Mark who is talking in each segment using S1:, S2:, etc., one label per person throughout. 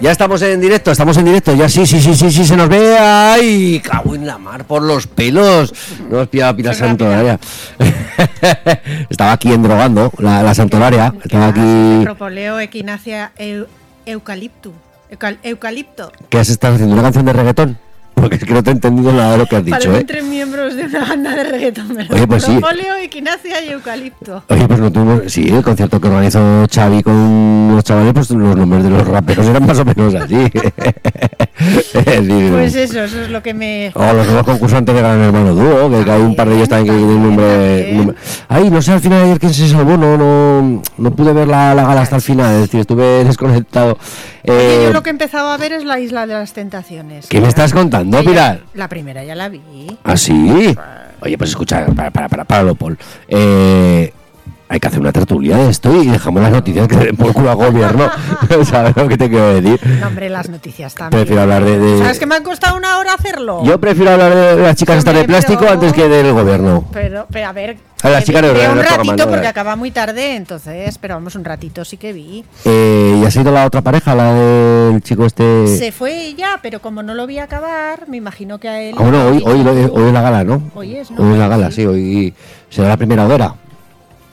S1: Ya estamos en directo, estamos en directo, ya sí, sí, sí, sí, sí, se nos ve. ¡Ay! Cago en la mar por los pelos. No has pillado a Pilar Santolaria. Estaba aquí endrogando la, la Santolaria. Estaba aquí.
S2: Propoleo, equinacia, eu- eucalipto. Eucal- eucalipto.
S1: ¿Qué has estado haciendo? ¿Una canción de reggaetón? Porque es que no te he entendido nada de lo que has dicho,
S2: Parecen
S1: ¿eh?
S2: tres miembros de una banda de reggaetón. ¿verdad?
S1: Oye, pues sí.
S2: Propoleo, equinacia y eucalipto.
S1: Oye, pues no tuvimos. Sí, el concierto que organizó Xavi con los chavales, pues los nombres de los raperos eran más o menos así. Es decir,
S2: Pues eso, eso es lo que me...
S1: O los nuevos concursantes de Gran Hermano Dúo, que hay un par de ellos también que tienen nombre,
S2: También.
S1: nombre- Ay, no sé al final ayer quién se salvó, no, no, no pude ver la, la gala hasta el final, es decir, estuve desconectado.
S2: Oye,
S1: Eh,
S2: yo lo que he empezado a ver es la Isla de las Tentaciones.
S1: ¿Qué me estás contando,
S2: Que ya-
S1: Pilar?
S2: La primera ya la vi.
S1: ¿Ah, sí? Oye, pues escucha, para, para, para, páralo, Paul. Eh, hay que hacer una tertulia de esto y dejamos las noticias que den por culo al gobierno. ¿Sabes lo que te quiero decir?
S2: No, hombre, las noticias también.
S1: Prefiero hablar de... de-
S2: ¿Sabes que me han costado una hora hacerlo?
S1: Yo prefiero hablar de las chicas estas de
S2: Hombre,
S1: plástico
S2: pero-
S1: antes que del gobierno.
S2: Pero, pero a ver,
S1: A las
S2: que
S1: chicas
S2: vi-
S1: de-
S2: vi
S1: de-
S2: un
S1: de programa,
S2: ratito
S1: ¿no?
S2: porque acaba muy tarde, entonces, pero vamos, un ratito sí que vi.
S1: Eh, ¿Y ha sido la otra pareja, la del chico este?
S2: Se fue ella, pero como no lo vi acabar, me imagino que a él.
S1: Ah, bueno, hoy, hoy, lo- hoy es la gala, ¿no?
S2: Hoy es, ¿no?
S1: Hoy la gala, sí, hoy será la primera hora.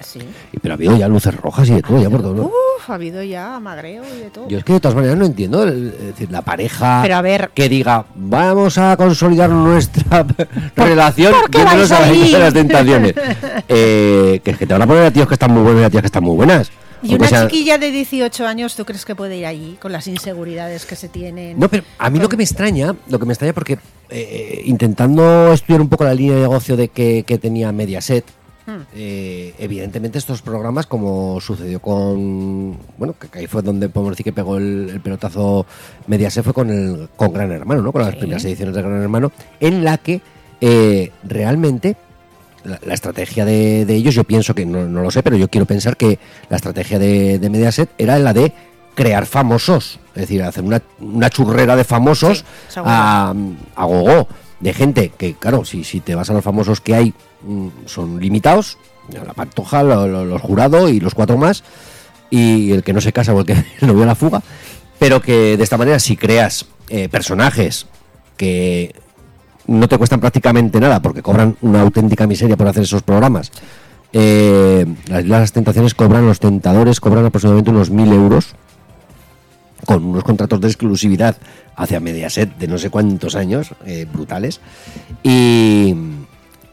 S2: Sí.
S1: Y- Pero ha habido ya luces rojas y de todo, ya por todo. ¿no?
S2: Uf, ha habido ya magreo y de todo.
S1: Yo es que de todas maneras no entiendo, el- es decir, la pareja
S2: Pero a ver.
S1: que diga, vamos a consolidar nuestra relación,
S2: por qué
S1: yéndonos
S2: vais
S1: a la
S2: ahí?
S1: isla de las tentaciones. Eh, que es que te van a poner a tíos que están muy buenos y a tías que están muy buenas.
S2: Y
S1: Aunque
S2: una
S1: sea-
S2: chiquilla de 18 años, ¿tú crees que puede ir allí con las inseguridades que se tienen?
S1: No, pero a mí lo que me extraña, lo que me extraña porque eh, eh, intentando estudiar un poco la línea de negocio de que, que tenía Mediaset, eh, evidentemente estos programas, como sucedió con, bueno, que que ahí fue donde podemos decir que pegó el, el pelotazo Mediaset fue con el con Gran Hermano, ¿no? Con las primeras ediciones de Gran Hermano, en la que eh, realmente la, la estrategia de, de ellos, yo pienso que no, no lo sé, pero yo quiero pensar que la estrategia de, de Mediaset era la de crear famosos, es decir, hacer una, una churrera de famosos
S2: Sí, seguro.
S1: a, a gogo, de gente que, claro, si, si te vas a los famosos que hay, mm, son limitados, la pantoja, lo- lo- los jurados y los cuatro más, y el que no se casa o el que no vio la fuga, pero que de esta manera si creas eh, personajes que no te cuestan prácticamente nada porque cobran una auténtica miseria por hacer esos programas. Eh, las, las tentaciones cobran, los tentadores cobran aproximadamente unos mil euros con unos contratos de exclusividad hacia Mediaset de no sé cuántos años, eh, brutales. Y,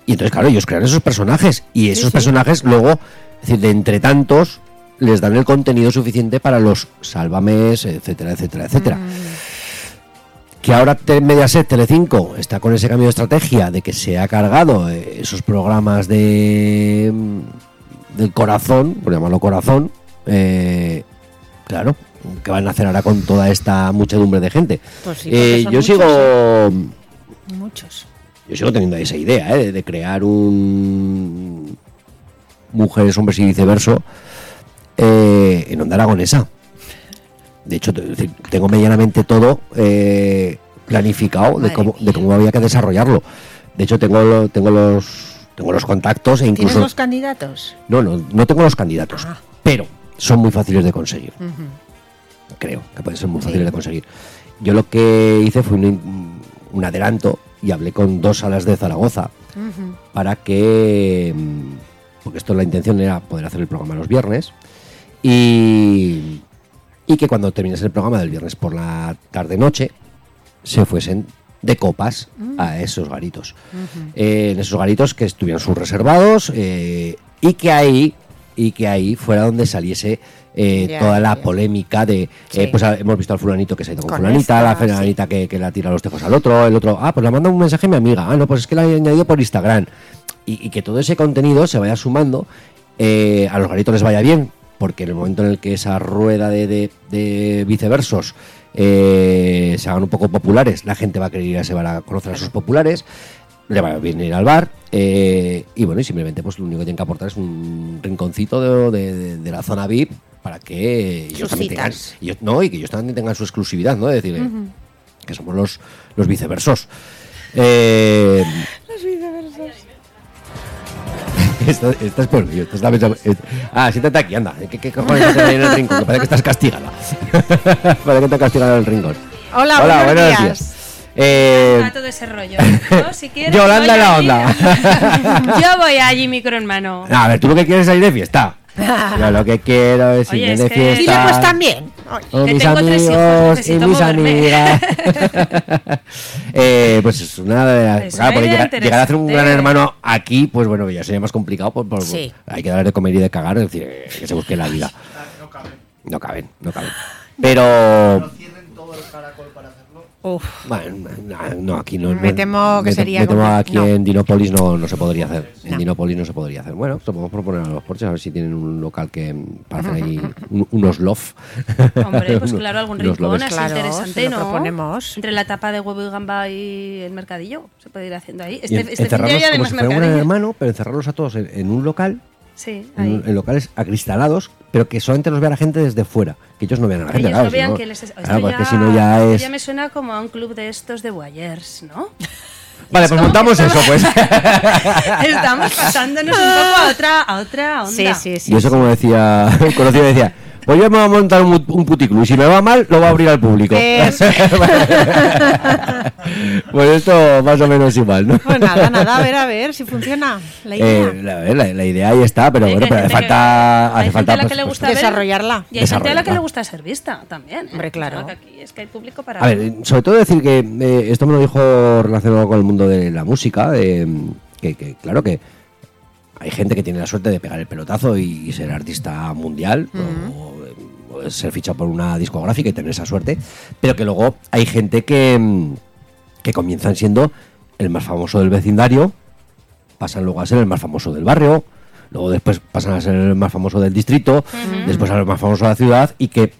S1: y entonces, claro, ellos crean esos personajes y esos
S2: sí.
S1: personajes luego, es decir, de entre tantos, les dan el contenido suficiente para los sálvames, etcétera, etcétera, etcétera
S2: Mm.
S1: que ahora Te- Mediaset Telecinco está con ese cambio de estrategia de que se ha cargado eh, esos programas de mm, del corazón, por llamarlo corazón, eh, claro, que van a hacer ahora con toda esta muchedumbre de gente.
S2: Pues sí, porque
S1: Eh,
S2: son
S1: yo
S2: muchos, ¿eh?
S1: sigo
S2: Muchos.
S1: yo sigo teniendo esa idea, ¿eh? de- De crear un mujeres, hombres y viceverso eh, en onda aragonesa. De hecho, te- te- tengo medianamente todo eh, planificado de
S2: Madre
S1: cómo, de
S2: mía.
S1: cómo había que desarrollarlo. De hecho, tengo, lo- tengo los tengo los contactos e
S2: ¿Tienes
S1: incluso
S2: los candidatos?
S1: no, no, no tengo los candidatos,
S2: Ah.
S1: pero son muy fáciles de conseguir
S2: Ujú.
S1: creo que pueden ser muy fáciles de conseguir. Yo lo que hice fue un, in- un adelanto y hablé con dos salas de Zaragoza
S2: Ujú.
S1: para que. mm, Porque esto la intención era poder hacer el programa los viernes y, y que cuando terminase el programa del viernes por la tarde-noche se fuesen de copas
S2: Mm.
S1: a esos garitos. Eh, en esos garitos que estuvieran sus reservados eh, y que ahí y que ahí fuera donde saliese eh,
S2: Ya,
S1: toda la
S2: ya.
S1: polémica de, eh,
S2: Sí.
S1: pues ah, hemos visto al fulanito que se ha ido con,
S2: Con
S1: fulanita,
S2: esta,
S1: la fulanita que, que la tira los tejos al otro, el otro, ah, pues le manda un mensaje a mi amiga, ah, no, pues es que la he añadido por Instagram. Y, y que todo ese contenido se vaya sumando, eh, a los garitos les vaya bien, porque en el momento en el que esa rueda de, de, de viceversos eh, se hagan un poco populares, la gente va a querer ir a ese bar a conocer a sus populares, le va a venir al bar, eh, y bueno, y simplemente pues lo único que tienen que aportar es un rinconcito de, de- de la zona VIP para que ellos
S2: Sus
S1: también tengan,
S2: citas.
S1: ellos- no, y que ellos también tengan su exclusividad, ¿no? De decir, eh, que somos los, los viceversos. Eh, esta, esta es por mí. esta es la mesa- eh, ah, siéntate aquí, anda. ¿Qué, qué cojones haces ahí en el rincón? Que parece que estás castigada. parece que te castigada en el rincón.
S2: Hola, buenos días.
S1: Eh,
S3: Trato de ese rollo. Yo, si quieres,
S1: Yolanda
S3: voy
S1: la
S3: allí.
S1: onda.
S3: Yo voy allí, micro en mano.
S1: a ver, tú lo que quieres es salir de fiesta. Yo lo que quiero es
S3: Oye,
S1: irme
S3: es
S1: de
S3: que-
S2: Y
S1: fiesta.
S3: Dile,
S2: pues también. Ay,
S1: Con
S3: Que
S1: Oh, mis
S3: tengo tres hijos,
S1: amigos y
S3: necesito
S1: mis
S3: moverme.
S1: amigas. Eh, pues es una de las.
S3: Es
S1: claro,
S3: una
S1: porque
S3: idea
S1: llegar, llegar a hacer un gran
S3: interesante.
S1: hermano aquí, pues bueno, ya sería más complicado. por- por-
S2: Sí.
S1: Hay que darle de comer y de cagar, es decir, eh, que se busque la vida. No caben, no caben. Pero.
S2: uf.
S1: Bueno, no, no, aquí no.
S2: Me
S1: no-
S2: temo
S1: me
S2: que
S1: te-
S2: sería
S1: me temo
S2: compli-
S1: aquí
S2: no.
S1: en Dinópolis no, no se podría hacer. En
S2: No.
S1: Dinópolis no se podría hacer. Bueno, se podemos proponer a los porches a ver si tienen un local que mm, para hacer ahí un- unos loft.
S3: Hombre, pues
S1: Unos-
S3: claro, algún
S1: unos
S3: rincón
S1: lofts.
S3: así
S2: Claro, se
S3: interesante,
S2: lo
S3: ¿no?
S2: proponemos.
S3: Entre la tapa de huevo y gamba y el mercadillo. Se puede ir haciendo ahí.
S1: Y en-
S3: Este, este fin de
S1: encerrarlos
S3: año
S1: como
S3: además
S1: si fuera un gran
S3: mercadillo.
S1: hermano, pero encerrarlos a todos en, en un local,
S3: Sí,
S1: en,
S3: ahí.
S1: un- en locales acristalados, pero que solamente los vea la gente desde fuera, que ellos no vean a la
S3: Que
S1: gente.
S3: ellos
S1: claro,
S3: no
S1: si
S3: vean que les es-
S1: claro,
S3: esto
S1: porque
S3: ya-
S1: si no ya
S3: esto
S1: es.
S3: ya me suena como a un club de estos de voyeurs, ¿no?
S1: Vale, pues montamos eso, pues.
S3: Estamos pasándonos un poco a otra, a otra onda.
S2: Sí, sí, sí.
S1: y eso, como decía un conocido, decía. Pues yo me voy a montar un, mut- un puticlub y si me va mal, lo va a abrir al público.
S2: Eso.
S1: pues esto más o menos igual, ¿no?
S2: Pues nada, nada, a ver, a ver si funciona la idea.
S1: Eh, la, la- la idea ahí está, pero
S3: Hay
S1: bueno,
S3: gente
S1: pero hace
S3: que-
S1: falta.
S3: hay
S1: hace
S3: gente
S1: falta
S3: a la que
S1: pues,
S3: le
S1: pues,
S3: gusta ver-
S2: desarrollarla.
S3: Y hay gente a la que
S1: Desarrollarla.
S3: le gusta ser vista también. ¿eh?
S2: Hombre, claro.
S3: O sea, que aquí es que hay público para.
S1: A ver, sobre todo decir que eh, esto me lo dijo relacionado con el mundo de la música, eh, que, que claro que hay gente que tiene la suerte de pegar el pelotazo y, ser artista mundial o, o ser fichado por una discográfica y tener esa suerte, pero que luego hay gente que, mm, que comienzan siendo el más famoso del vecindario, pasan luego a ser el más famoso del barrio, luego después pasan a ser el más famoso del distrito, después al más famoso de la ciudad y que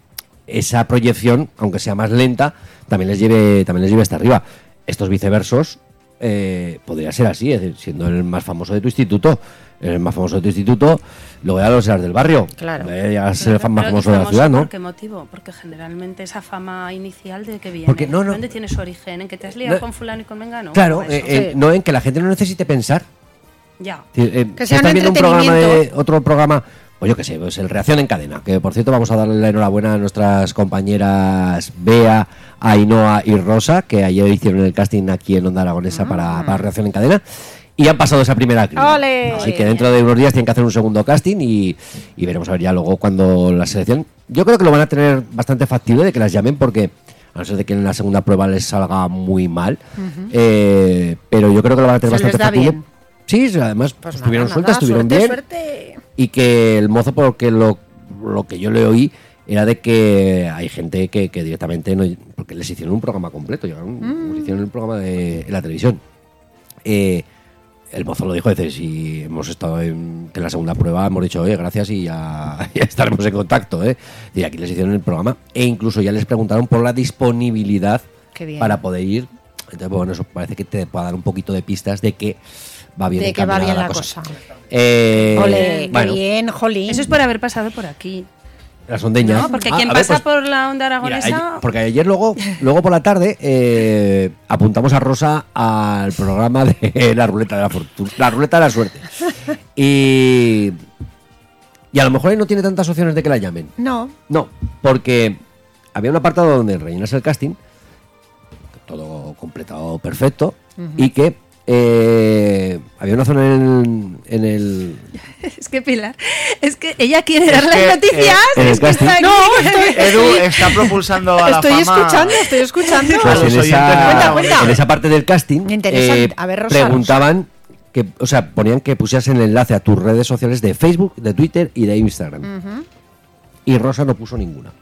S1: esa proyección, aunque sea más lenta, también les lleve, también les lleve hasta arriba. Estos viceversos eh, podría ser así, es decir, siendo el más famoso de tu instituto, el más famoso de tu instituto, luego ya lo serás del barrio,
S2: Claro.
S1: luego ya serás el
S3: Pero-
S1: más Pues
S3: pero
S1: famoso de la
S3: famoso,
S1: ciudad, ¿no?
S3: ¿Por qué motivo? Porque generalmente esa fama inicial de que viene.
S1: Porque- no, no.
S3: ¿Dónde tiene su origen? ¿En que te has liado
S1: No.
S3: con fulano y con mengano?
S1: Claro,
S3: Eso.
S1: eh, eh, no en que la gente no necesite pensar.
S3: Ya.
S1: Sí, eh,
S2: Que
S1: se
S2: sea
S1: está
S2: un
S1: viendo un programa de
S2: entretenimiento.
S1: otro programa, pues yo qué sé, pues el Reacción en Cadena, que por cierto vamos a darle la enhorabuena a nuestras compañeras Bea, Ainhoa y Rosa, que ayer hicieron el casting aquí en Onda Aragonesa para, para Reacción en Cadena. Y han pasado esa primera criba.
S2: Ah. ¡Ole!
S1: Así que dentro de unos días tienen que hacer un segundo casting y, y veremos a ver ya luego cuando la selección. Yo creo que lo van a tener bastante factible de que las llamen porque a no ser de que en la segunda prueba les salga muy mal. eh, pero yo creo que lo van a tener
S2: Se les
S1: bastante
S2: da
S1: factible.
S2: bien.
S1: Sí, sí, además
S2: Pues nada,
S1: estuvieron
S2: nada,
S1: sueltas, estuvieron
S2: suerte,
S1: bien.
S2: Suerte.
S1: Y que el mozo, porque lo, lo que yo le oí, era de que hay gente que, que directamente no. Porque les hicieron un programa completo, llegaron,
S2: Mm.
S1: les hicieron un programa de, en la televisión. Eh, el mozo lo dijo, dice, si hemos estado en, que en la segunda prueba, hemos dicho, oye, gracias y ya, ya estaremos en contacto. ¿eh? Y aquí les hicieron el programa e incluso ya les preguntaron por la disponibilidad
S2: Qué bien.
S1: para poder ir. Entonces, bueno, eso parece que te puede dar un poquito de pistas de que va bien,
S2: De que va
S1: encaminada
S2: bien la cosa.
S1: Eh,
S2: Ole, qué
S1: bueno,
S2: bien, jolín.
S3: Eso es por haber pasado por aquí.
S1: las ondeñas.
S3: No, porque
S1: Ah,
S3: quien
S1: a ver,
S3: pasa
S1: pues,
S3: por la onda
S1: mira,
S3: aragonesa.
S1: ayer- porque ayer luego, luego por la tarde eh, apuntamos a Rosa al programa de la ruleta de la fortuna, la ruleta de la suerte. Y, y a lo mejor ahí no tiene tantas opciones de que la llamen.
S2: No,
S1: No, porque había un apartado donde rellenas el casting, todo completado perfecto, y que eh, había una zona en el- en el,
S3: Es que Pilar. Es que ella quiere dar las
S4: que,
S3: noticias.
S1: eh, en el
S3: es que está
S1: casting- Eh,
S3: aquí.
S4: Edu está propulsando a la
S2: estoy
S4: fama-
S2: escuchando, estoy escuchando.
S4: A
S1: Pues
S4: los
S1: en,
S4: oyentes de
S1: esa,
S4: Cuenta,
S2: cuenta.
S1: en esa parte del casting eh,
S2: Me interesa. A ver, Rosa,
S1: preguntaban que, o sea, ponían que pusieras el enlace a tus redes sociales de Facebook, de Twitter y de Instagram. y Rosa no puso ninguna.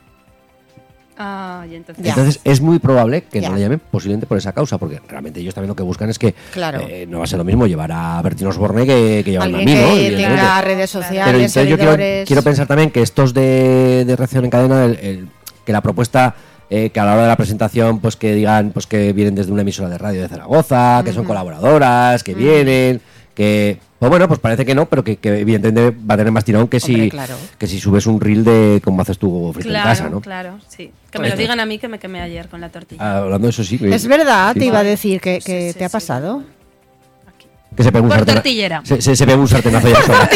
S3: Ah, y entonces.
S2: Ya.
S1: Entonces es muy probable que
S2: Ya.
S1: no la llamen posiblemente por esa causa, porque realmente ellos también lo que buscan es que
S2: Claro.
S1: eh, no va a ser lo mismo llevar a Bertino Osborne que, que llevarme a
S2: Alguien
S1: mí, ¿no?
S2: que
S1: Evidentemente.
S2: tenga redes
S1: Pero
S2: sociales,
S1: entonces yo quiero,
S2: seguidores.
S1: quiero pensar también que estos de, de reacción en cadena, el- el- que la propuesta, eh, que a la hora de la presentación, pues que digan pues que vienen desde una emisora de radio de Zaragoza, que son colaboradoras,
S2: Mm.
S1: que vienen, que... Pues bueno, pues parece que no, pero que, que evidentemente va a tener más tirón que si,
S2: Hombre, claro.
S1: que si subes un reel de cómo haces tu frito
S3: Claro,
S1: pues, en casa, ¿no? Pues
S3: claro, sí. Que me lo digan a mí que me quemé ayer con la tortilla.
S1: Ah, Hablando de eso, sí. que-
S2: Es verdad,
S1: sí.
S2: te iba a decir que, que
S3: Sí, sí,
S2: te ha
S3: sí.
S2: pasado.
S3: Aquí.
S1: Que se pegó un
S3: Por
S1: sartena-
S3: tortillera.
S1: Se, se, se pegó un sartenazo ya sola.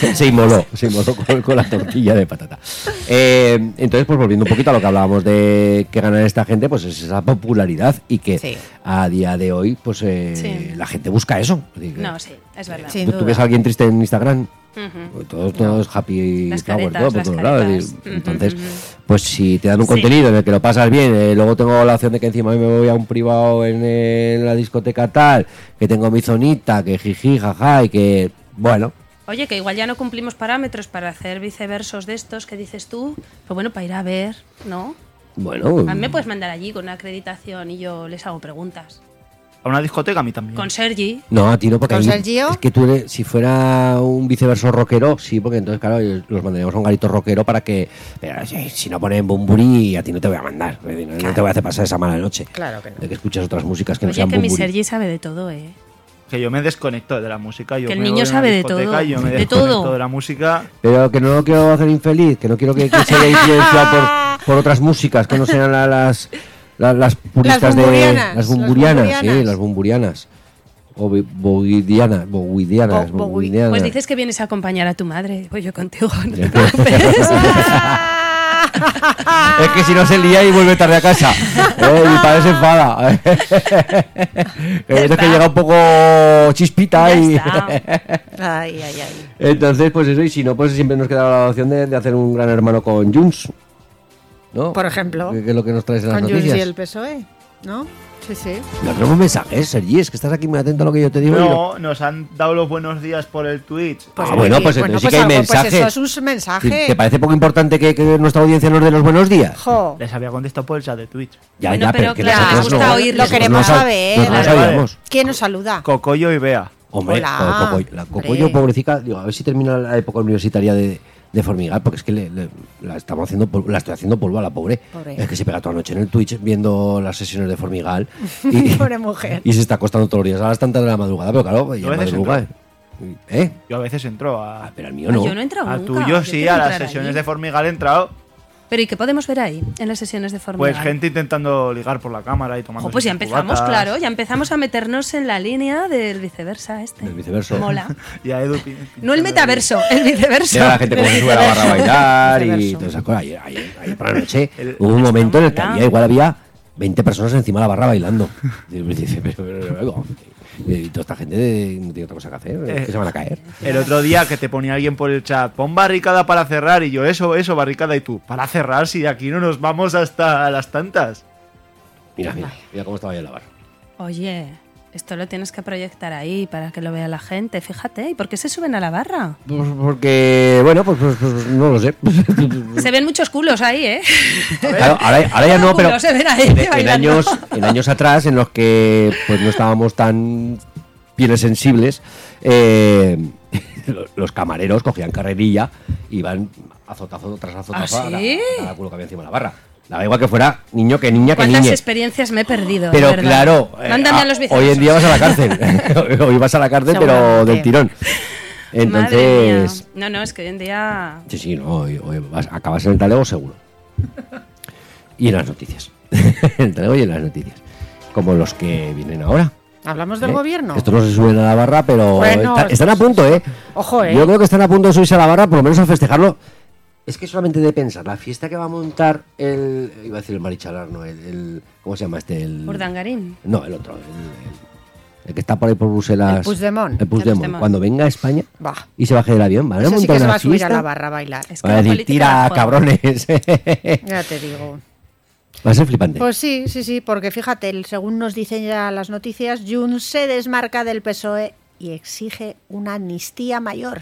S1: se, se inmoló, se inmoló con, con la tortilla de patata. Eh, entonces, pues volviendo un poquito a lo que hablábamos de que ganar esta gente, pues es esa popularidad y que
S2: Sí.
S1: a día de hoy, pues eh,
S3: Sí.
S1: la gente busca eso. Es decir,
S3: No,
S1: eh,
S3: sí, es verdad.
S2: Sí.
S1: Tú,
S2: sin
S1: tú ves a
S2: duda.
S1: alguien triste en Instagram,
S3: Ujú.
S1: pues todos, todos happy
S3: Las
S1: flower,
S3: caretas,
S1: todo por
S3: las
S1: todos lados.
S3: caretas.
S1: Y Entonces,
S3: Ujú, ujú.
S1: pues si te dan un
S3: Sí.
S1: contenido en el que lo pasas bien, eh, luego tengo la opción de que encima me voy a un privado en, eh, en la discoteca tal, que tengo mi zonita, que jiji, jaja, y que, bueno,
S3: Oye, que igual ya no cumplimos parámetros para hacer viceversos de estos que dices tú. Pero bueno, para ir a ver, ¿no?
S1: bueno.
S3: A mí me puedes mandar allí con una acreditación y yo les hago preguntas.
S4: A una discoteca a mí también.
S3: Con Sergi.
S1: No, a ti no, porque
S2: ¿Con
S1: a mí-
S2: Sergio?
S1: es que tú eres, si fuera un viceverso rockero, sí, porque entonces, claro, los mandaríamos a un garito rockero para que, pero, si, si no ponen bumburi, a ti no te voy a mandar, es decir, no, no te voy a hacer pasar esa mala noche.
S2: Claro que no.
S1: De que escuches otras músicas que no
S3: Oye,
S1: sean
S3: que mi
S1: bumburi.
S3: Sergi sabe de todo, ¿eh?
S4: Que yo me desconecto de la música. Yo
S3: Que el
S4: me
S3: niño
S4: voy a una
S3: sabe de
S4: discoteca
S3: todo,
S4: y Yo me
S3: de
S4: desconecto
S3: todo.
S4: de la música.
S1: Pero que no lo quiero hacer infeliz, que no quiero que, que se haya influenciado por, por otras músicas, que no sean la- las, la- las puristas de.
S2: bumburianas,
S1: Las
S2: las
S1: bumburianas, sí,
S2: bumburianas.
S1: las bumburianas. O bi- boguidianas, boguidianas,
S2: Bo- bogui-
S1: boguidianas.
S3: Pues dices que vienes a acompañar a tu madre. Voy yo contigo, no te preocupes.
S1: Es que si no se lía y vuelve tarde a casa. Eh, mi padre se enfada. Eh, es que llega un poco chispita
S3: Ya
S1: y.
S3: está.
S2: Ay, ay, ay.
S1: Entonces, pues eso, y si no, pues siempre nos queda la opción de, de hacer un gran hermano con Junts. ¿No?
S2: Por ejemplo.
S1: Que, que es lo que nos traes en las
S2: Con Junts
S1: noticias.
S2: y el PSOE, E, ¿no? Sí, sí.
S1: No tenemos mensajes, Sergi, es que estás aquí muy atento a lo que yo te digo. y lo-
S4: No, nos han dado los buenos días por el Twitch. Eh,
S1: Ah, bueno,
S2: oye,
S1: pues entonces sí que hay
S2: algo,
S1: mensajes.
S2: Pues eso es un
S1: ¿Te-
S2: mensaje.
S1: ¿Te parece poco importante que, que nuestra audiencia nos dé los buenos días?
S2: Jo.
S4: Les había contestado por el chat de Twitch.
S1: Ya,
S3: Bueno,
S1: ya,
S3: pero
S1: pero que
S3: claro,
S1: nosotros
S3: nos gusta
S1: no-
S3: oírlo.
S2: Lo
S1: nosotros
S2: queremos
S1: no sab-
S2: saber.
S1: nosotros
S4: Vale,
S1: no
S4: vale.
S1: sabíamos.
S2: ¿Quién nos saluda?
S4: Cocoyo y Bea.
S1: Hombre,
S2: Hola,
S1: co- Cocoy- la
S2: hombre.
S1: Cocoyo pobrecita, digo, a ver si termina la época universitaria de, de Formigal, porque es que le- le- la, estamos haciendo polvo- la estoy haciendo polvo a la pobre.
S2: Pobre.
S1: Es que se pega toda la noche en el Twitch viendo las sesiones de Formigal. Y,
S2: Pobre mujer.
S1: Y se está acostando todos los días a las tantas de la madrugada, pero claro, ya
S4: Yo a veces
S1: madruga. ¿Eh? ¿Eh?
S4: Yo a veces entro a.
S1: Ah, pero al mío no.
S3: Yo no he entrado
S4: A
S3: nunca.
S4: tuyo sí,
S3: quiero
S4: a las
S3: entrar
S4: sesiones
S3: ahí.
S4: de Formigal he entrado.
S3: Pero ¿y qué podemos ver ahí, en las sesiones de Fórmula?
S4: Pues gente intentando ligar por la cámara y tomando.
S3: Ojo, pues ya empezamos, claro, ya empezamos a meternos en la línea del viceversa este.
S1: Del viceverso.
S3: Mola.
S4: Y a Edu.
S3: No el metaverso, el viceverso.
S1: Era la gente como se sube a la barra a bailar y
S2: Viceverso.
S1: todas esas cosas. Ayer, ayer- ayer por la noche
S4: El-
S1: hubo un momento en el que
S3: mola.
S1: había, igual había 20 personas encima de la barra bailando. Y me dice, pero, pero, pero, pero, y toda esta gente de- no tiene otra cosa que hacer, es que se van a caer.
S4: El otro día que te ponía alguien por el chat, pon barricada para cerrar y yo eso, eso, barricada y tú, para cerrar si de aquí no nos vamos hasta las tantas.
S1: Mira, mira, mira cómo estaba yo en la barra.
S3: Oye, esto lo tienes que proyectar ahí para que lo vea la gente, fíjate. ¿Y por qué se suben a la barra?
S1: Pues porque, bueno, pues, pues- pues no lo sé. Mm.
S3: Se ven muchos culos ahí, ¿eh?
S1: Claro, ahora, ahora ya no, pero
S3: Culo se ven ahí
S1: en, en
S3: este bailando.
S1: años, en años atrás, en los que pues no estábamos tan pieles sensibles, eh, lo- los camareros cogían carrerilla y iban azotazo tras azotazo
S3: ¿Ah,
S1: a la-
S3: sí?
S1: a cada culo que había encima de la barra. Daba igual que fuera niño que niña que
S3: ¿Cuántas
S1: niña.
S3: experiencias me he perdido? de
S1: Pero
S3: verdad?
S1: claro, eh,
S3: Mándame
S1: ah,
S3: a los
S1: hoy en día vas
S3: viceversos.
S1: a la cárcel. hoy vas a la cárcel, pero
S2: Seguramente.
S1: del tirón.
S3: Madre mía.
S1: Entonces,
S3: No, no, es que hoy en día.
S1: Sí, sí, no, hoy- hoy vas- acabas en el talego seguro. Y en las noticias. en el talego y en las noticias. Como los que vienen ahora.
S2: ¿Hablamos del
S1: ¿eh?
S2: gobierno?
S1: Estos no se suben a la barra, pero
S2: Bueno,
S1: está- están a punto, ¿eh?
S2: Ojo, ¿eh?
S1: Yo creo que están a punto de subirse a la barra, por lo menos a festejarlo. Es que solamente de pensar, la fiesta que va a montar el. Iba a decir el Marichalar, no, el. el- ¿Cómo se llama este? El,
S3: Urdangarín.
S1: No, el otro. El, el- el que está por ahí por Bruselas.
S2: El Puigdemont.
S1: El Puigdemont.
S3: Puigdemont.
S1: Cuando venga a España
S2: Bah.
S1: y se baje del avión, van a
S2: Eso sí
S1: montar
S2: que se
S1: una
S2: va a subir a
S1: fiesta.
S2: la barra a bailar.
S3: Es que
S1: Va a
S3: la
S1: decir,
S3: política la
S1: tira,
S3: juego".
S1: cabrones. Va
S2: Ya te digo.
S1: a ser flipante.
S2: Pues sí, sí, sí, porque fíjate, el- según nos dicen ya las E noticias, Junts se desmarca del PSOE y exige una amnistía mayor.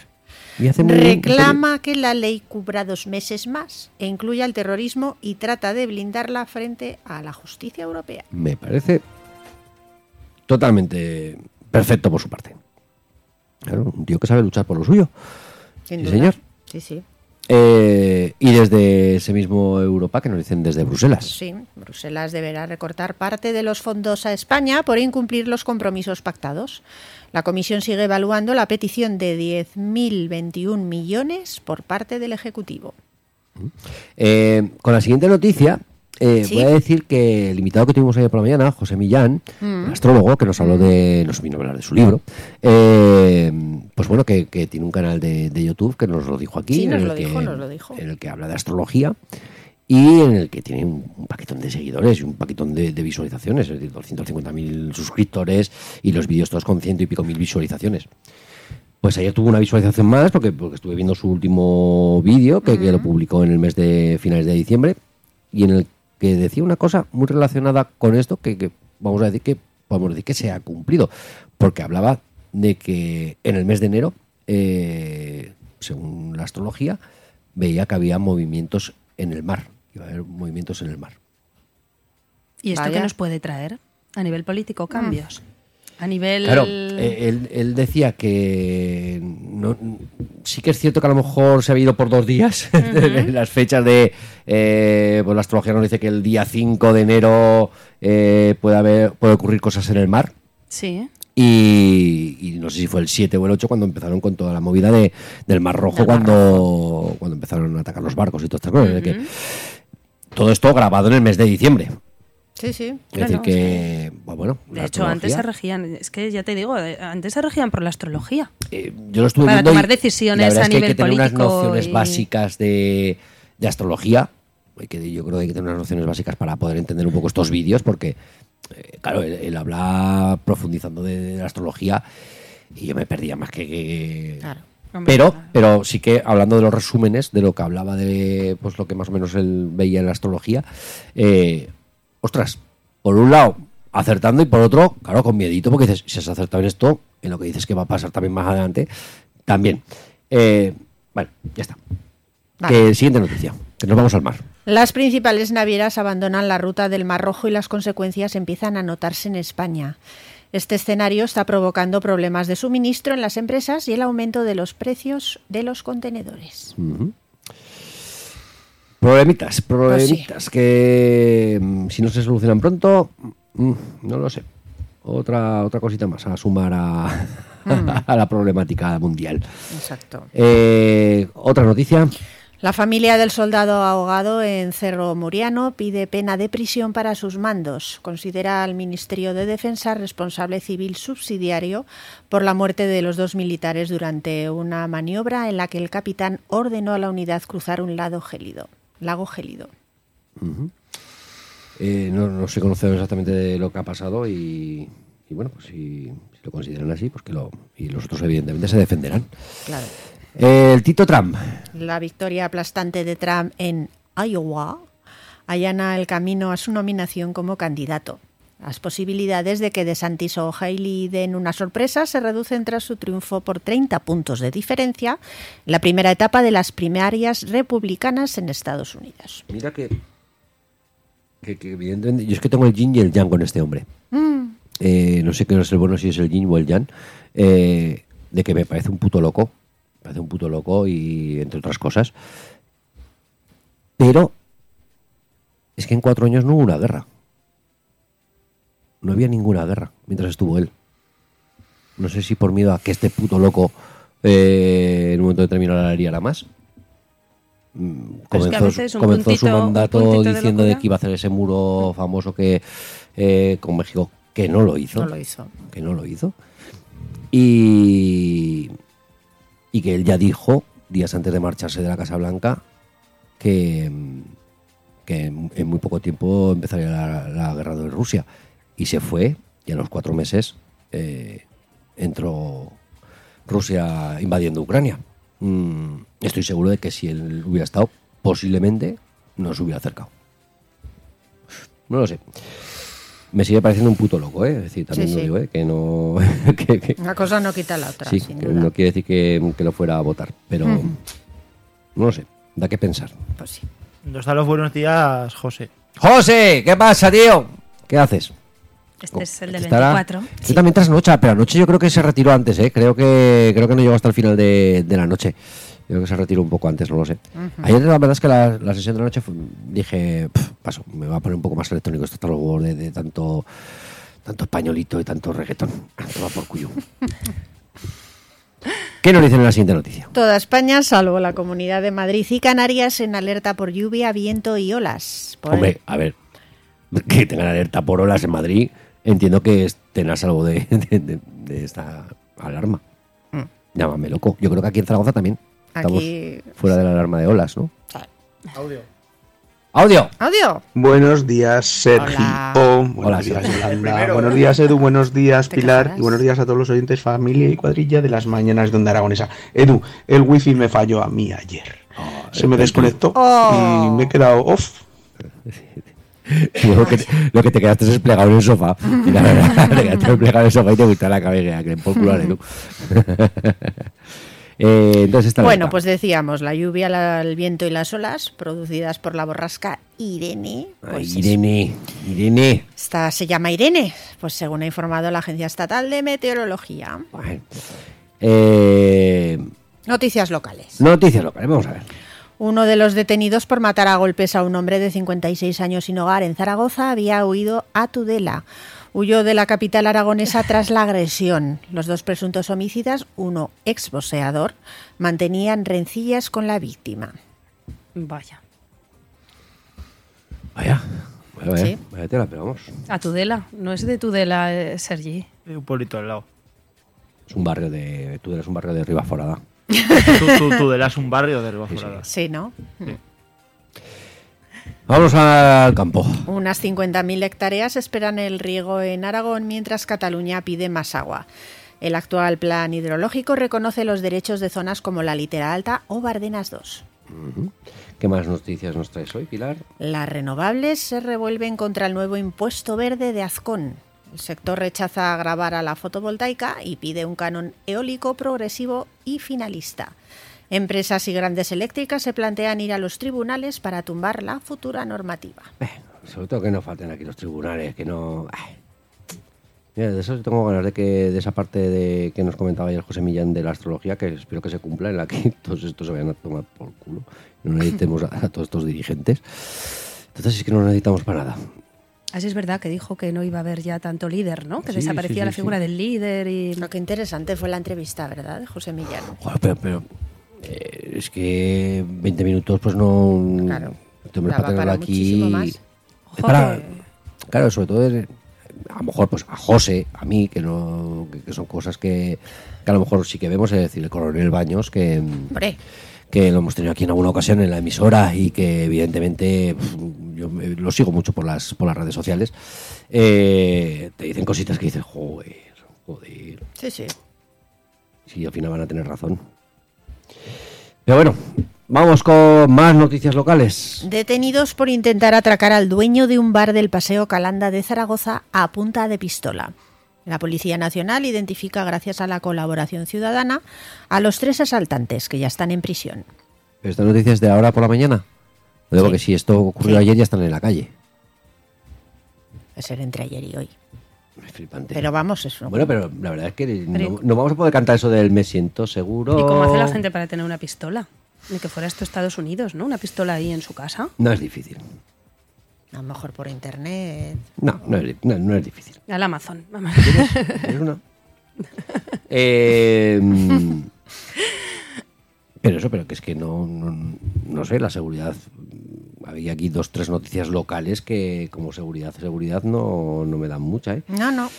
S1: Y hace muy bien,
S2: Reclama que la ley cubra dos meses más e incluya el terrorismo y trata de blindarla frente a la justicia europea.
S1: Me parece totalmente perfecto por su parte. Claro, un tío que sabe luchar por lo suyo.
S2: Sin
S1: Sí,
S2: duda.
S1: señor.
S2: Sí, sí.
S1: Eh, y desde ese mismo Europa que nos dicen desde Bruselas.
S2: pues Sí, Bruselas deberá recortar parte de los fondos a España por incumplir los compromisos pactados. La Comisión sigue evaluando la petición de 10.021 millones por parte del Ejecutivo.
S1: Eh, con la siguiente noticia, eh,
S2: Sí.
S1: voy a decir que el invitado que tuvimos ayer por la mañana, José Millán,
S2: Mm.
S1: el astrólogo, que nos habló de. nos vino a hablar de su libro. eh, pues bueno, que, que tiene un canal de, de YouTube que nos lo dijo aquí.
S2: Sí, nos
S1: en el
S2: lo
S1: que-
S2: dijo, nos lo dijo.
S1: En el que habla de astrología. Y en el que tiene un, un paquetón de seguidores y un paquetón de, de visualizaciones, es decir, 250.000 suscriptores y los vídeos todos con ciento y pico mil visualizaciones. Pues ayer tuvo una visualización más porque, porque estuve viendo su último vídeo que, que lo publicó en el mes de finales de diciembre y en el que decía una cosa muy relacionada con esto que, que vamos a decir que podemos decir que se ha cumplido porque hablaba de que en el mes de enero eh, según la astrología veía que había movimientos en el mar iba a haber movimientos en el mar
S3: ¿Y esto
S2: Vaya.
S3: qué nos puede traer? A nivel político, cambios. Mm. A nivel.
S1: Claro, eh, él, él decía que no- sí que es cierto que a lo mejor se ha ido por dos días las fechas de... eh, pues la astrología nos dice que el día 5 de enero eh, puede, haber, puede ocurrir cosas en el mar.
S3: Sí.
S1: Y, y no sé si fue el 7 o el 8 cuando empezaron con toda la movida de, del Mar Rojo,
S3: Del Mar
S1: cuando, cuando empezaron a atacar los barcos y todas estas cosas. Es decir, que todo esto grabado en el mes de diciembre.
S2: Sí, sí.
S1: Es decir,
S3: Claro,
S1: que, pues bueno,
S3: De
S1: la
S3: hecho, antes
S1: astrología,
S3: se regían, es que ya te digo, eh, antes se regían por la astrología.
S1: Eh, yo lo estuve
S3: Para
S1: viendo
S3: tomar
S1: y
S3: decisiones
S1: la verdad
S3: a
S1: es que hay
S3: nivel
S1: que tener unas
S3: político
S1: nociones
S3: y-
S1: básicas de, de astrología hay que yo creo que hay que tener unas nociones básicas para poder entender un poco estos vídeos porque eh, claro él, él habla profundizando de, de la astrología y yo me perdía más que, que-
S2: Claro.
S3: Hombre,
S1: pero
S3: claro.
S1: pero sí que hablando de los resúmenes de lo que hablaba de pues lo que más o menos él veía en la astrología eh, ostras por un lado acertando y por otro claro con miedito porque dices si has acertado en esto en lo que dices que va a pasar también más adelante también Eh, bueno ya está
S2: Vale.
S1: Que siguiente noticia que nos vamos al mar
S2: Las principales navieras abandonan la ruta del Mar Rojo y las consecuencias empiezan a notarse en España. Este escenario está provocando problemas de suministro en las empresas y el aumento de los precios de los contenedores.
S1: Problemitas, problemitas que mm, si no se solucionan pronto, mm, no lo sé. Otra, otra cosita más a sumar a, a la problemática mundial.
S2: Exacto.
S1: Eh, otra noticia.
S2: La familia del soldado ahogado en Cerro Muriano pide pena de prisión para sus mandos. Considera al Ministerio de Defensa responsable civil subsidiario por la muerte de los dos militares durante una maniobra en la que el capitán ordenó a la unidad cruzar un lado gélido, lago gélido.
S1: Eh, no, no se conoce exactamente de lo que ha pasado y, y bueno, pues si, si lo consideran así, pues que lo... Y los otros evidentemente se defenderán.
S2: Claro.
S1: Eh, el Tito Trump.
S2: La victoria aplastante de Trump en Iowa allana el camino a su nominación como candidato. Las posibilidades de que DeSantis o Haley den una sorpresa se reducen tras su triunfo por 30 puntos de diferencia en la primera etapa de las primarias republicanas en Estados Unidos.
S1: Mira que, que, que evidentemente, yo es que tengo el yin y el yang con este hombre.
S3: Mm.
S1: Eh, no sé qué es el bueno, si es el yin o el yang. eh, de que me parece un puto loco. Me parece un puto loco y entre otras cosas. Pero es que en cuatro años no hubo una guerra. No había ninguna guerra mientras estuvo él. No sé si por miedo a que este puto loco eh, en un momento determinado la haría la más. Mm,
S3: Pero es que a
S1: Comenzó,
S3: veces un
S1: comenzó su
S3: puntito- un
S1: mandato
S3: puntito de
S1: diciendo de,
S3: locura.
S1: que iba a hacer ese muro famoso que eh, con México, que no lo hizo.
S2: No lo hizo.
S1: Que no lo hizo. Y, y que él ya dijo, días antes de marcharse de la Casa Blanca, que, mm, que en, en muy poco tiempo empezaría la, la guerra de Rusia. Y se fue, y a los cuatro meses eh, entró Rusia invadiendo Ucrania. Mm, estoy seguro de que si él hubiera estado, posiblemente nos hubiera acercado. No lo sé. me sigue pareciendo un puto loco, ¿eh? Es decir, también
S2: Sí,
S1: lo
S2: sí.
S1: digo, ¿eh? Que no. que- que-
S2: Una cosa no quita la otra,
S1: sí,
S2: sin
S1: que
S2: duda.
S1: no quiere decir que, que lo fuera a votar, pero. No lo sé, da que pensar.
S2: Pues sí.
S4: Nos da los buenos días, José.
S1: ¡José! ¿Qué pasa, tío? ¿Qué haces?
S3: Este es el
S1: Este
S3: del
S1: estará-
S3: 24.
S1: Este también trasnocha, pero anoche yo creo que se retiró antes, ¿eh? Creo que, creo que no llegó hasta el final de, de la noche. Yo creo que se retiró un poco antes, no lo sé. Ayer la verdad es que la, la sesión de la noche fue- dije, "Pf, paso, me va a poner un poco más electrónico esto está los huevos de, de tanto, tanto españolito y tanto reggaetón. Toma por cuyo. ¿Qué nos dicen en la siguiente noticia?
S2: Toda España, salvo la comunidad de Madrid y Canarias, en alerta por lluvia, viento y olas. Por
S1: Hombre, a ver, que tengan alerta por olas en Madrid, entiendo que estén a salvo de, de- de- de esta alarma. Llámame loco. Yo creo que aquí en Zaragoza también. Estamos
S2: Mm. Aquí-
S1: fuera de la alarma de olas, ¿no?
S4: Audio.
S1: ¡Audio!
S2: ¡Audio!
S5: Buenos días, Sergio.
S2: Hola. ¿eh?
S5: Buenos
S1: Hola,
S5: días,
S1: Sergio.
S5: Yolanda. Buenos días, Edu. Buenos días,
S2: ¿Te
S5: Pilar.
S2: casarás?
S5: Y buenos días a todos los oyentes, familia y cuadrilla de las mañanas de Onda Aragonesa. Edu, el wifi me falló a mí ayer. Se me desconectó
S2: Oh.
S5: y me he quedado off.
S1: Tío, lo, que te, lo que te quedaste es plegado en el sofá. Y la verdad, te quedaste plegado en el sofá y te gusta la cabeza, que le por culo a Edu. Eh, entonces está
S2: Bueno, pues decíamos, la lluvia, la- el viento y las olas producidas por la borrasca Irene. pues eso.
S1: Ah, Irene, Irene.
S2: Esta se llama Irene, pues según ha informado la Agencia Estatal de Meteorología.
S1: Bueno. Eh,
S2: Noticias locales.
S1: noticias locales, ¿eh? vamos a ver.
S2: Uno de los detenidos por matar a golpes a un hombre de 56 años sin hogar en Zaragoza había huido a Tudela. Huyó de la capital aragonesa tras la agresión. Los dos presuntos homicidas, uno exboxeador, mantenían rencillas con la víctima.
S3: Vaya.
S1: Vaya, vaya, vaya,
S2: Sí.
S1: vaya tela, pero vamos.
S3: A Tudela. No es de Tudela, eh, Sergi.
S4: Un pueblito al lado.
S1: Es un barrio de. Tú eres un barrio de Ribaforada.
S4: Tú, tú, tú de las un barrio de Ribaforada.
S2: Sí, ¿no?
S1: Vamos al campo.
S2: Unas 50.000 hectáreas esperan el riego en Aragón mientras Cataluña pide más agua. El actual plan hidrológico reconoce los derechos de zonas como la Litera Alta o Bardenas 2.
S1: ¿Qué más noticias nos traes hoy, Pilar?
S2: Las renovables se revuelven contra el nuevo impuesto verde de Azcón. El sector rechaza agravar a la fotovoltaica y pide un canon eólico progresivo y finalista. Empresas y grandes eléctricas se plantean ir a los tribunales para tumbar la futura normativa.
S1: Eh, sobre todo que no falten aquí los tribunales, que no. eh. ay. Mira, de eso tengo ganas de que de esa parte de que nos comentaba ayer José Millán de la astrología, que espero que se cumpla, en la que todos estos se vayan a tomar por culo. No necesitemos a, a todos estos dirigentes. Entonces es que no los necesitamos para nada.
S3: Así Ah, es verdad que dijo que no iba a haber ya tanto líder, ¿no? Que
S1: Sí,
S3: desaparecía
S1: sí, sí,
S3: la figura
S1: sí.
S3: del líder y...
S2: Lo que interesante fue la entrevista, ¿verdad, de José Millán?
S1: Joder, pero, pero, eh, es que 20 minutos, pues no.
S2: Claro.
S1: Este hombre
S2: Daba
S1: para tenerlo
S2: para
S1: aquí.
S2: muchísimo más.
S1: Es para-
S3: Joder.
S1: claro, sobre todo es- a lo mejor pues a José, a mí, que no que, que son cosas que, que a lo mejor sí que vemos, es decir, el coronel Baños, que,
S2: Hombre,
S1: que lo hemos tenido aquí en alguna ocasión en la emisora y que evidentemente pf, yo me- lo sigo mucho por las, por las redes sociales, eh, te dicen cositas que dices, joder, joder.
S2: sí, sí.
S1: Sí, al final van a tener razón. Pero bueno, vamos con más noticias locales.
S2: Detenidos por intentar atracar al dueño de un bar del Paseo Calanda de Zaragoza a punta de pistola. La Policía Nacional identifica, gracias a la colaboración ciudadana, a los tres asaltantes que ya están en prisión.
S1: Pero Esta noticia es de ahora por la mañana. Lo digo que si esto ocurrió
S2: Sí.
S1: ayer ya están en la calle.
S2: Es el entre ayer y hoy.
S1: Es flipante.
S2: Pero vamos, es un-
S1: bueno, pero la verdad es que no,
S3: Pero-
S1: no vamos a poder cantar eso del me siento seguro.
S3: ¿Y cómo hace
S1: Oh.
S3: la gente para tener una pistola? Ni que fuera esto Estados Unidos, ¿no? Una pistola ahí en su casa.
S1: No es difícil.
S2: a lo mejor por internet.
S1: No, no es, di- no- no es difícil.
S3: Al Amazon. vamos.
S1: Es una. Pues Eh, mm, pero eso, pero que es que no, no, no sé, la seguridad. mm, Había aquí dos, tres noticias locales que como seguridad, seguridad no, no me dan mucha, ¿eh?
S2: No, no.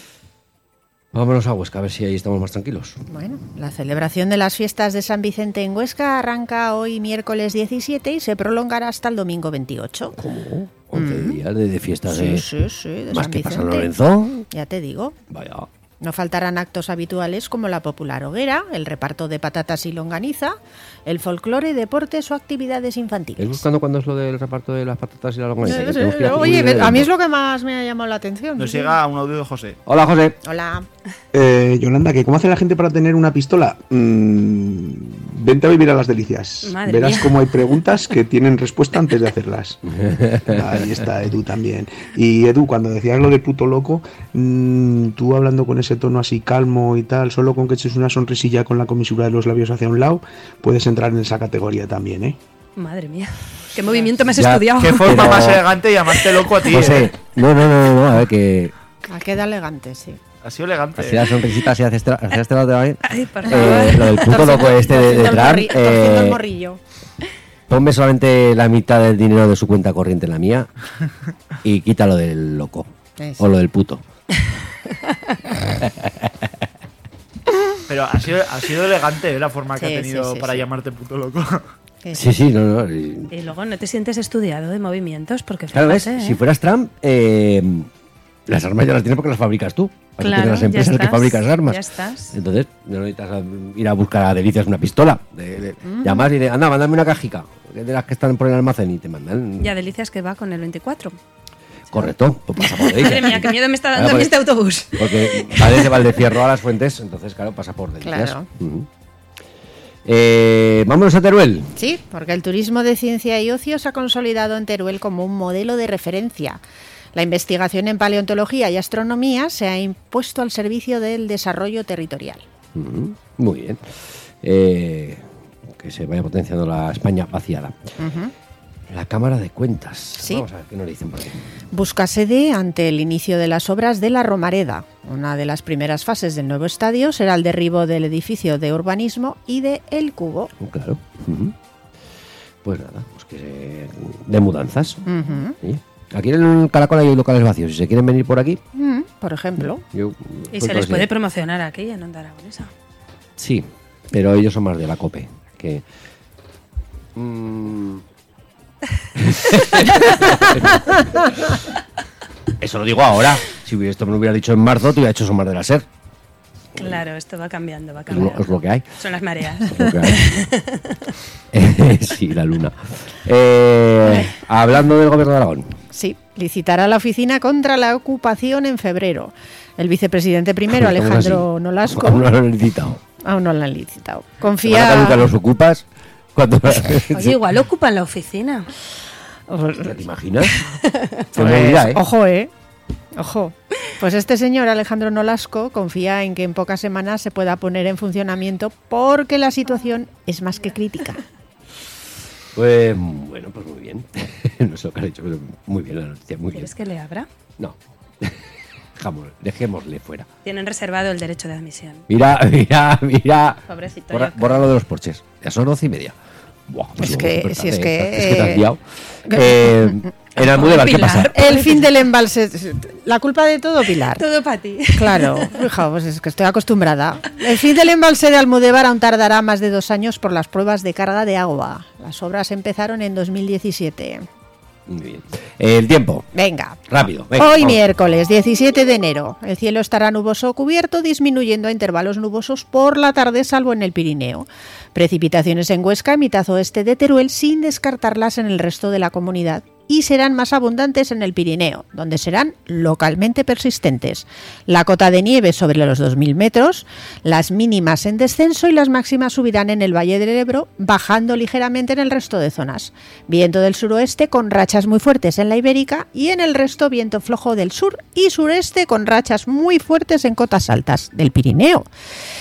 S1: Vámonos a Huesca, a ver si ahí estamos más tranquilos.
S2: Bueno, la celebración de las fiestas de San Vicente en Huesca arranca hoy miércoles 17 y se prolongará hasta el domingo 28.
S1: ¿Cómo? 11 días de, de fiestas
S2: Mm. Sí,
S1: de-
S2: sí, sí, de
S1: más
S2: San
S1: que pasa
S2: Vicente.
S1: Lorenzo.
S2: Ya te digo.
S1: Vaya.
S2: No faltarán actos habituales como la popular hoguera, el reparto de patatas y longaniza, el folclore, deportes o actividades
S1: ¿Es
S2: infantiles.
S1: buscando cuándo es lo del reparto de las patatas y la longaniza?
S2: Eh,
S1: Que tengo que ir
S2: eh, Oye,
S1: acudir
S2: a mí es lo que más me ha llamado la atención.
S4: Nos llega un audio de José.
S1: Hola, José.
S2: Hola.
S5: Eh, Yolanda, ¿que ¿cómo hace la gente para tener una pistola? Mm, vente a vivir a las delicias.
S3: Madre
S5: Verás
S3: mía.
S5: cómo hay preguntas que tienen respuesta antes de hacerlas. Ahí está Edu también. Y Edu, cuando decías lo de puto loco, mm, tú hablando con ese tono así calmo y tal, solo con que eches una sonrisilla con la comisura de los labios hacia un lado, puedes entrar en esa categoría también, ¿eh?
S3: Madre mía. Qué movimiento me has
S1: Ya,
S3: estudiado.
S4: Qué forma
S1: Ah. Pero-
S4: más elegante de llamarte loco a ti.
S1: José,
S4: eh.
S1: no, no, no, no, no, a ver, que
S2: Ah, Queda elegante, sí.
S4: Ha sido elegante. eh.
S1: así la sonrisita, así hacia este hacia este lado también.
S3: Ay, por
S1: Eh,
S3: favor.
S1: lo del puto loco este de, de
S2: Torciendo el
S1: Trump,
S2: morri- torciendo el
S1: eh,
S2: morrillo.
S1: ponme solamente la mitad del dinero de su cuenta corriente en la mía y quita lo del loco.
S2: Eso.
S1: O lo del puto.
S4: Pero ha sido, ha sido elegante eh, la forma que
S2: Sí,
S4: ha tenido
S2: sí, sí,
S4: para
S2: sí.
S4: llamarte puto loco.
S2: Que-
S1: Sí, sí, no, no. y-
S3: Y luego no te sientes estudiado de movimientos porque
S1: Claro, ves,
S3: fíjate, ¿eh?
S1: si fueras Trump, eh, las armas ya las tienes porque las fabricas tú. Aquí
S3: Claro,
S1: tienes las
S3: ya
S1: empresas
S3: estás,
S1: que fabrican las armas.
S3: ya estás.
S1: Entonces, no necesitas a- ir a buscar a delicias una pistola. De- de- Llamas y dices, anda, mándame una cajica de las que están por el almacén y te mandan.
S3: Ya delicias que va con el 24.
S1: Correcto, pues pasa por delicias.
S3: Madre mía, qué miedo me está
S1: Claro,
S3: dando a mí
S1: porque-
S3: este autobús.
S1: Porque vale de Valdefierro a las fuentes, entonces, claro, pasa por delicias.
S2: Claro.
S1: Ujú. Eh, vámonos a Teruel.
S2: Sí, porque el turismo de ciencia y ocio se ha consolidado en Teruel como un modelo de referencia. La investigación en paleontología y astronomía se ha impuesto al servicio del desarrollo territorial.
S1: Ujú, Muy bien. Eh, que se vaya potenciando la España vaciada. La Cámara de Cuentas.
S2: Sí.
S1: Vamos a ver qué nos dicen por aquí.
S2: Busca sede ante el inicio de las obras de la Romareda. Una de las primeras fases del nuevo estadio será el derribo del edificio de urbanismo y de El Cubo.
S1: Mm, Claro. ujú. Pues nada, pues que se- de mudanzas.
S2: Ujú.
S1: Sí. Aquí en el Caracol hay locales vacíos. Si se quieren venir por aquí,
S2: Mm, por ejemplo.
S1: yo.
S3: Y
S1: soy
S3: se les
S1: todo
S3: puede
S1: así.
S3: promocionar aquí en Onda Aragonesa.
S1: Sí, pero ellos son más de la COPE. Que. Mm. Eso lo digo ahora. Si hubiera- esto me lo hubiera dicho en marzo, te hubiera hecho somar de la SER.
S3: Claro, esto va cambiando, va
S1: Es lo,
S3: cambiando.
S1: es lo que hay.
S3: Son las mareas.
S1: es lo que hay. sí, la luna. Eh, hablando del gobierno de Aragón.
S2: Sí, licitará la oficina contra la ocupación en febrero. El vicepresidente primero,
S1: Estamos
S2: Alejandro
S1: así.
S2: Nolasco,
S1: Aún No lo han licitado.
S2: aún no la han licitado.
S1: Se van a caducar
S2: Confía.
S1: los ocupas. Cuando...
S3: Oye, igual ocupan la oficina.
S1: ¿Te imaginas? Qué movida, ¿eh?
S2: Pues, Ojo, ¿eh? Ojo. Pues este señor, Alejandro Nolasco, confía en que en pocas semanas se pueda poner en funcionamiento porque la situación es más que crítica.
S1: Pues bueno, pues muy bien. no sé lo que has dicho, pero muy bien la noticia, muy bien.
S3: ¿Quieres que le abra?
S1: No. Dejamos- dejémosle fuera.
S3: Tienen reservado el derecho de admisión.
S1: Mira, mira, mira.
S3: Pobrecito,
S1: Borra,
S3: yo creo.
S1: borra lo de los porches. Ya son once y media. Buah, pues
S2: Es
S1: luego
S2: que-
S1: súper
S2: si es
S1: tarde,
S2: que,
S1: Es que te has
S2: eh,
S1: liado. Eh, en Almudévar, ¿qué
S3: Pilar.
S1: pasa?
S2: El fin del embalse. La culpa de todo, Pilar.
S3: Todo para ti.
S2: Claro, fijaos, pues es que estoy acostumbrada. El fin del embalse de Almudévar aún tardará más de dos años por las pruebas de carga de agua. Las obras empezaron en 2017.
S1: Muy bien. El tiempo.
S2: Venga.
S1: Rápido. venga,
S2: Hoy
S1: vamos.
S2: miércoles 17 de enero. El cielo estará nuboso o cubierto, disminuyendo a intervalos nubosos por la tarde, salvo en el Pirineo. Precipitaciones en Huesca, mitad oeste de Teruel, sin descartarlas en el resto de la comunidad. Y serán más abundantes en el Pirineo, donde serán localmente persistentes. La cota de nieve sobre los 2.000 metros, las mínimas en descenso y las máximas subirán en el Valle del Ebro, bajando ligeramente en el resto de zonas. Viento del suroeste con rachas muy fuertes en la Ibérica y en el resto viento flojo del sur y sureste con rachas muy fuertes en cotas altas del Pirineo.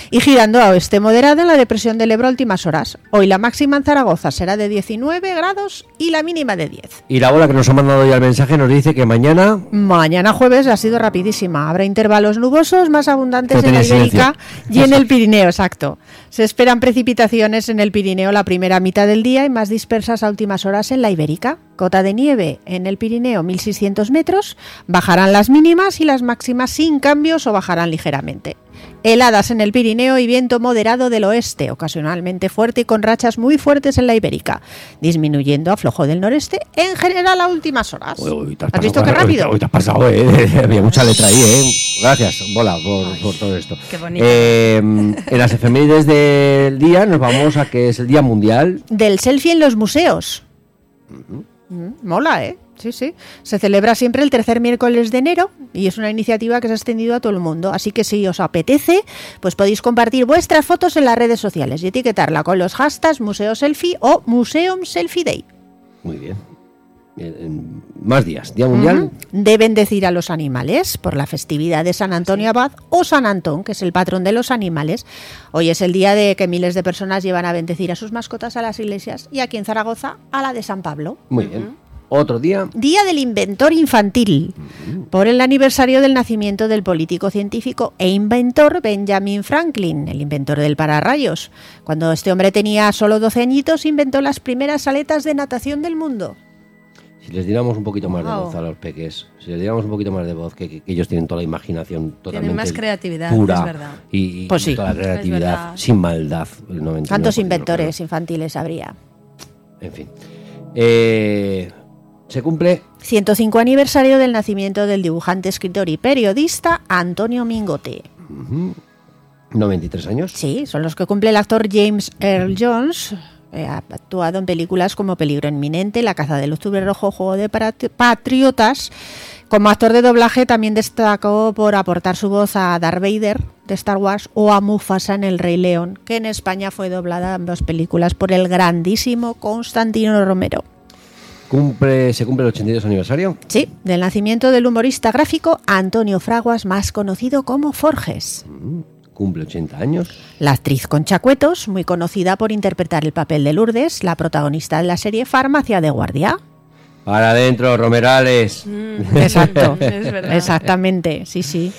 S2: Y girando a oeste moderada en la depresión del Ebro a últimas horas. Hoy la máxima en Zaragoza será de 19 grados y la mínima de 10.
S1: Y la bola que nos ha mandado ya el mensaje nos dice que mañana.
S2: Mañana jueves ha sido rapidísima. Habrá intervalos nubosos más abundantes
S1: Pero
S2: en la
S1: tenía
S2: Ibérica
S1: silencio.
S2: y en el Pirineo, exacto. Se esperan precipitaciones en el Pirineo la primera mitad del día y más dispersas a últimas horas en la Ibérica. Cota de nieve en el Pirineo 1600 metros, bajarán las mínimas y las máximas sin cambios o bajarán ligeramente. Heladas en el Pirineo y viento moderado del oeste, ocasionalmente fuerte y con rachas muy fuertes en la Ibérica, disminuyendo a flojo del noreste en general a últimas horas.
S1: Uy, uy, te
S2: ¿Has visto qué
S1: pasado,
S2: rápido?
S1: Pues, Hoy, te has pasado, ¿eh? Había mucha letra ahí, ¿eh? Gracias, Bola, por, por todo esto.
S3: qué bonito.
S1: Eh, en las efemérides del día nos vamos a que es el Día Mundial.
S2: Del selfie en los museos. Mm, Mola, ¿eh? Sí, sí. Se celebra siempre el tercer miércoles de enero y es una iniciativa que se ha extendido a todo el mundo. Así que si os apetece, pues podéis compartir vuestras fotos en las redes sociales y etiquetarla con los hashtags Museo Selfie o Museum Selfie Day.
S1: Muy bien. Eh, en Más días. Día Mundial.
S2: Deben decir a los animales por la festividad de San Antonio Abad o San Antón, que es el patrón de los animales. Hoy es el día de que miles de personas llevan a bendecir a sus mascotas a las iglesias y aquí en Zaragoza a la de San Pablo.
S1: Muy bien. Otro día.
S2: Día del Inventor Infantil, por el aniversario del nacimiento del político científico e inventor Benjamin Franklin, el inventor del pararrayos. Cuando este hombre tenía solo 12 añitos, inventó las primeras aletas de natación del mundo.
S1: Si les diéramos un poquito más de
S2: Wow.
S1: voz a los peques, si les diéramos un poquito más de voz, que, que- que ellos tienen toda la imaginación totalmente
S3: más creatividad,
S1: pura
S3: es verdad.
S1: y, y
S2: Pues sí.
S1: toda la creatividad,
S3: verdad.
S1: sin maldad. el 99%,
S2: ¿Cuántos
S1: pero
S2: inventores infantiles habría?
S1: bueno, En fin. Eh, se cumple
S2: 105 aniversario del nacimiento del dibujante, escritor y periodista Antonio Mingote.
S1: 93 años.
S2: Sí, son los que cumple el actor James Earl Jones. eh, ha actuado en películas como Peligro Inminente, La Caza del Octubre Rojo, Juego de Parati- Patriotas. Como actor de doblaje también destacó por aportar su voz a Darth Vader de Star Wars o a Mufasa en El Rey León, que en España fue doblada en dos películas por el grandísimo Constantino Romero.
S1: Cumple, se cumple el 82 aniversario.
S2: Sí, del nacimiento del humorista gráfico Antonio Fraguas, más conocido como Forges.
S1: Cumple 80 años.
S2: La actriz Concha Cuetos, muy conocida por interpretar el papel de Lourdes, la protagonista de la serie Farmacia de Guardia.
S1: Para adentro, Romerales.
S2: Exacto,
S3: Mm, Es verdad.
S2: exactamente, sí, sí.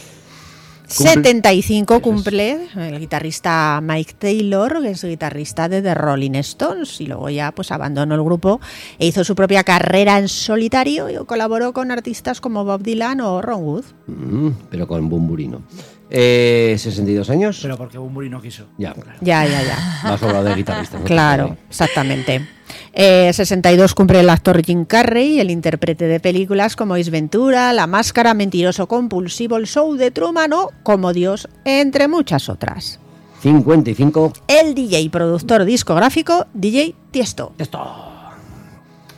S1: Cumple-
S2: 75 cumple el guitarrista Mike Taylor, que es guitarrista de The Rolling Stones, y luego ya pues abandonó el grupo e hizo su propia carrera en solitario y colaboró con artistas como Bob Dylan o Ron Wood.
S1: Mm, pero con Bumburino. Eh, 62 años.
S4: Pero porque Bumburi no quiso.
S1: Ya, claro.
S2: Ya, ya, ya.
S1: Más sobrado de guitarrista. ¿no?
S2: Claro, exactamente. Eh, 62 cumple el actor Jim Carrey, el intérprete de películas como Is Ventura, La Máscara, Mentiroso Compulsivo, El Show de Truman o Como Dios, entre muchas otras.
S1: 55.
S2: El DJ y productor discográfico DJ Tiesto.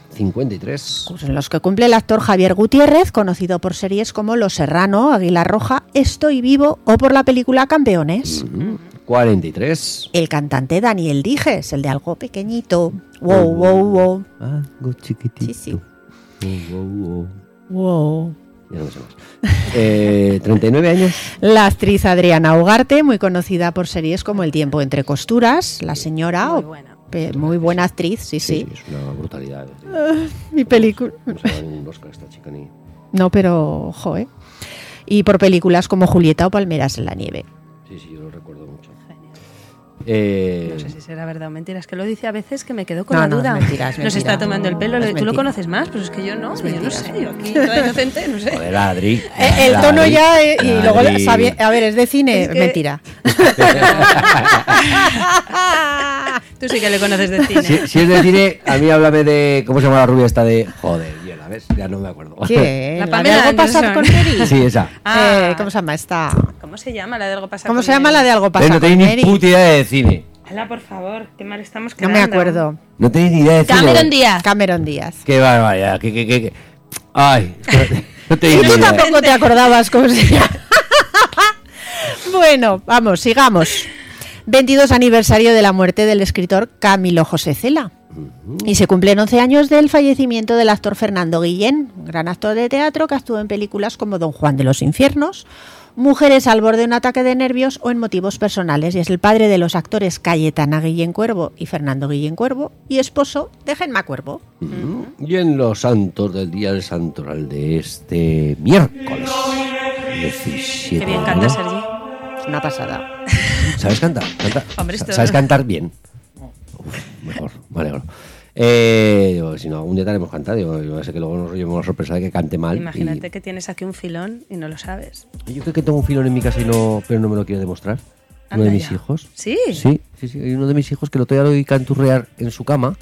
S2: pues
S1: 53.
S2: En los que cumple el actor Javier Gutiérrez, conocido por series como Los Serrano, Águila Roja, Estoy Vivo o por la película Campeones.
S1: Mm, 43.
S2: El cantante Daniel Dijes, el de algo pequeñito. Wow, wow, wow.
S1: Algo chiquitito.
S2: Sí, sí.
S1: Oh, oh, oh.
S2: Wow.
S1: Ya no me sé más. Eh, 39 años.
S2: La actriz Adriana Ugarte, muy conocida por series como El tiempo entre costuras, La señora,
S3: Muy
S2: o-
S3: buena.
S2: pe- muy buena actriz, sí, sí.
S1: Es una brutalidad.
S2: Mi película.
S1: No se va a ningún Oscar esta chica ni.
S2: No, pero joe. Y por películas como Julieta o Palmeras en la nieve.
S1: Sí, sí, yo lo recuerdo mucho. Eh,
S3: No sé si será verdad o mentira. Es que lo dice a veces que me quedo con
S2: No,
S3: la
S2: no, es
S3: duda.
S2: mentira, es
S3: Nos
S2: mentira.
S3: está tomando el pelo.
S2: Es
S3: Tú
S2: mentira.
S3: lo conoces más, pero es que yo no. yo
S2: mentira,
S3: no sé. Yo aquí, toda inocente, no sé.
S1: Joder, Adri.
S2: el
S1: Adri,
S2: tono ya, eh, y
S1: Adri.
S2: luego la- sabía- a ver, es de cine,
S3: Es que-
S2: mentira.
S3: Tú sí que le conoces de cine.
S1: Si, si es de cine, a mí háblame de. ¿Cómo se llama la rubia esta de.? Joder, yo la ves, ya no me acuerdo.
S2: ¿Qué?
S3: La
S2: de
S3: Pamela
S2: algo pasa
S3: Anderson.
S2: con Mary?
S1: Sí, esa.
S2: Eh,
S3: Ah.
S2: ¿Cómo se llama esta?
S3: ¿Cómo se llama la de algo pasado?
S2: ¿Cómo se llama la de algo pasa
S1: Eh, no
S2: con
S1: tenéis ni
S2: Mary?
S1: puta idea de cine.
S3: Hala, por favor, qué mal estamos
S2: No
S3: quedando.
S2: me acuerdo.
S1: No tenéis ni idea de cine.
S3: Cameron Díaz.
S2: Cameron Díaz.
S1: Qué barbaridad. Qué, qué, qué, qué- Ay, no
S2: Y
S1: tenéis ni
S2: tú
S1: idea.
S2: tampoco te acordabas cómo se llama. bueno, vamos, sigamos. 22 aniversario de la muerte del escritor Camilo José Cela. Y se cumplen 11 años del fallecimiento del actor Fernando Guillén, un gran actor de teatro que actuó en películas como Don Juan de los Infiernos, Mujeres al borde de un ataque de nervios o en motivos personales. Y es el padre de los actores Cayetana Guillén Cuervo y Fernando Guillén Cuervo y esposo de Genma Cuervo.
S1: Y Mm, en los santos del día del santoral de este miércoles. 17.
S3: Qué bien canta Sergi.
S2: Es una pasada.
S1: ¿Sabes cantar? Canta-
S3: Hombre, esto-
S1: ¿Sabes cantar bien? Uf, mejor, me alegro. Eh, digo, si no, algún día tenemos que cantar. Digo, yo sé que luego nos llevamos la sorpresa de que cante mal.
S3: Imagínate que tienes aquí un filón y no lo sabes.
S1: y- Yo creo que tengo un filón en mi casa, y no, pero no me lo quiero demostrar. Uno
S3: Anda
S1: de mis
S3: ya.
S1: hijos.
S3: ¿Sí?
S1: Sí, sí, sí. Hay uno de mis hijos que el otro día lo oí canturrear en su cama.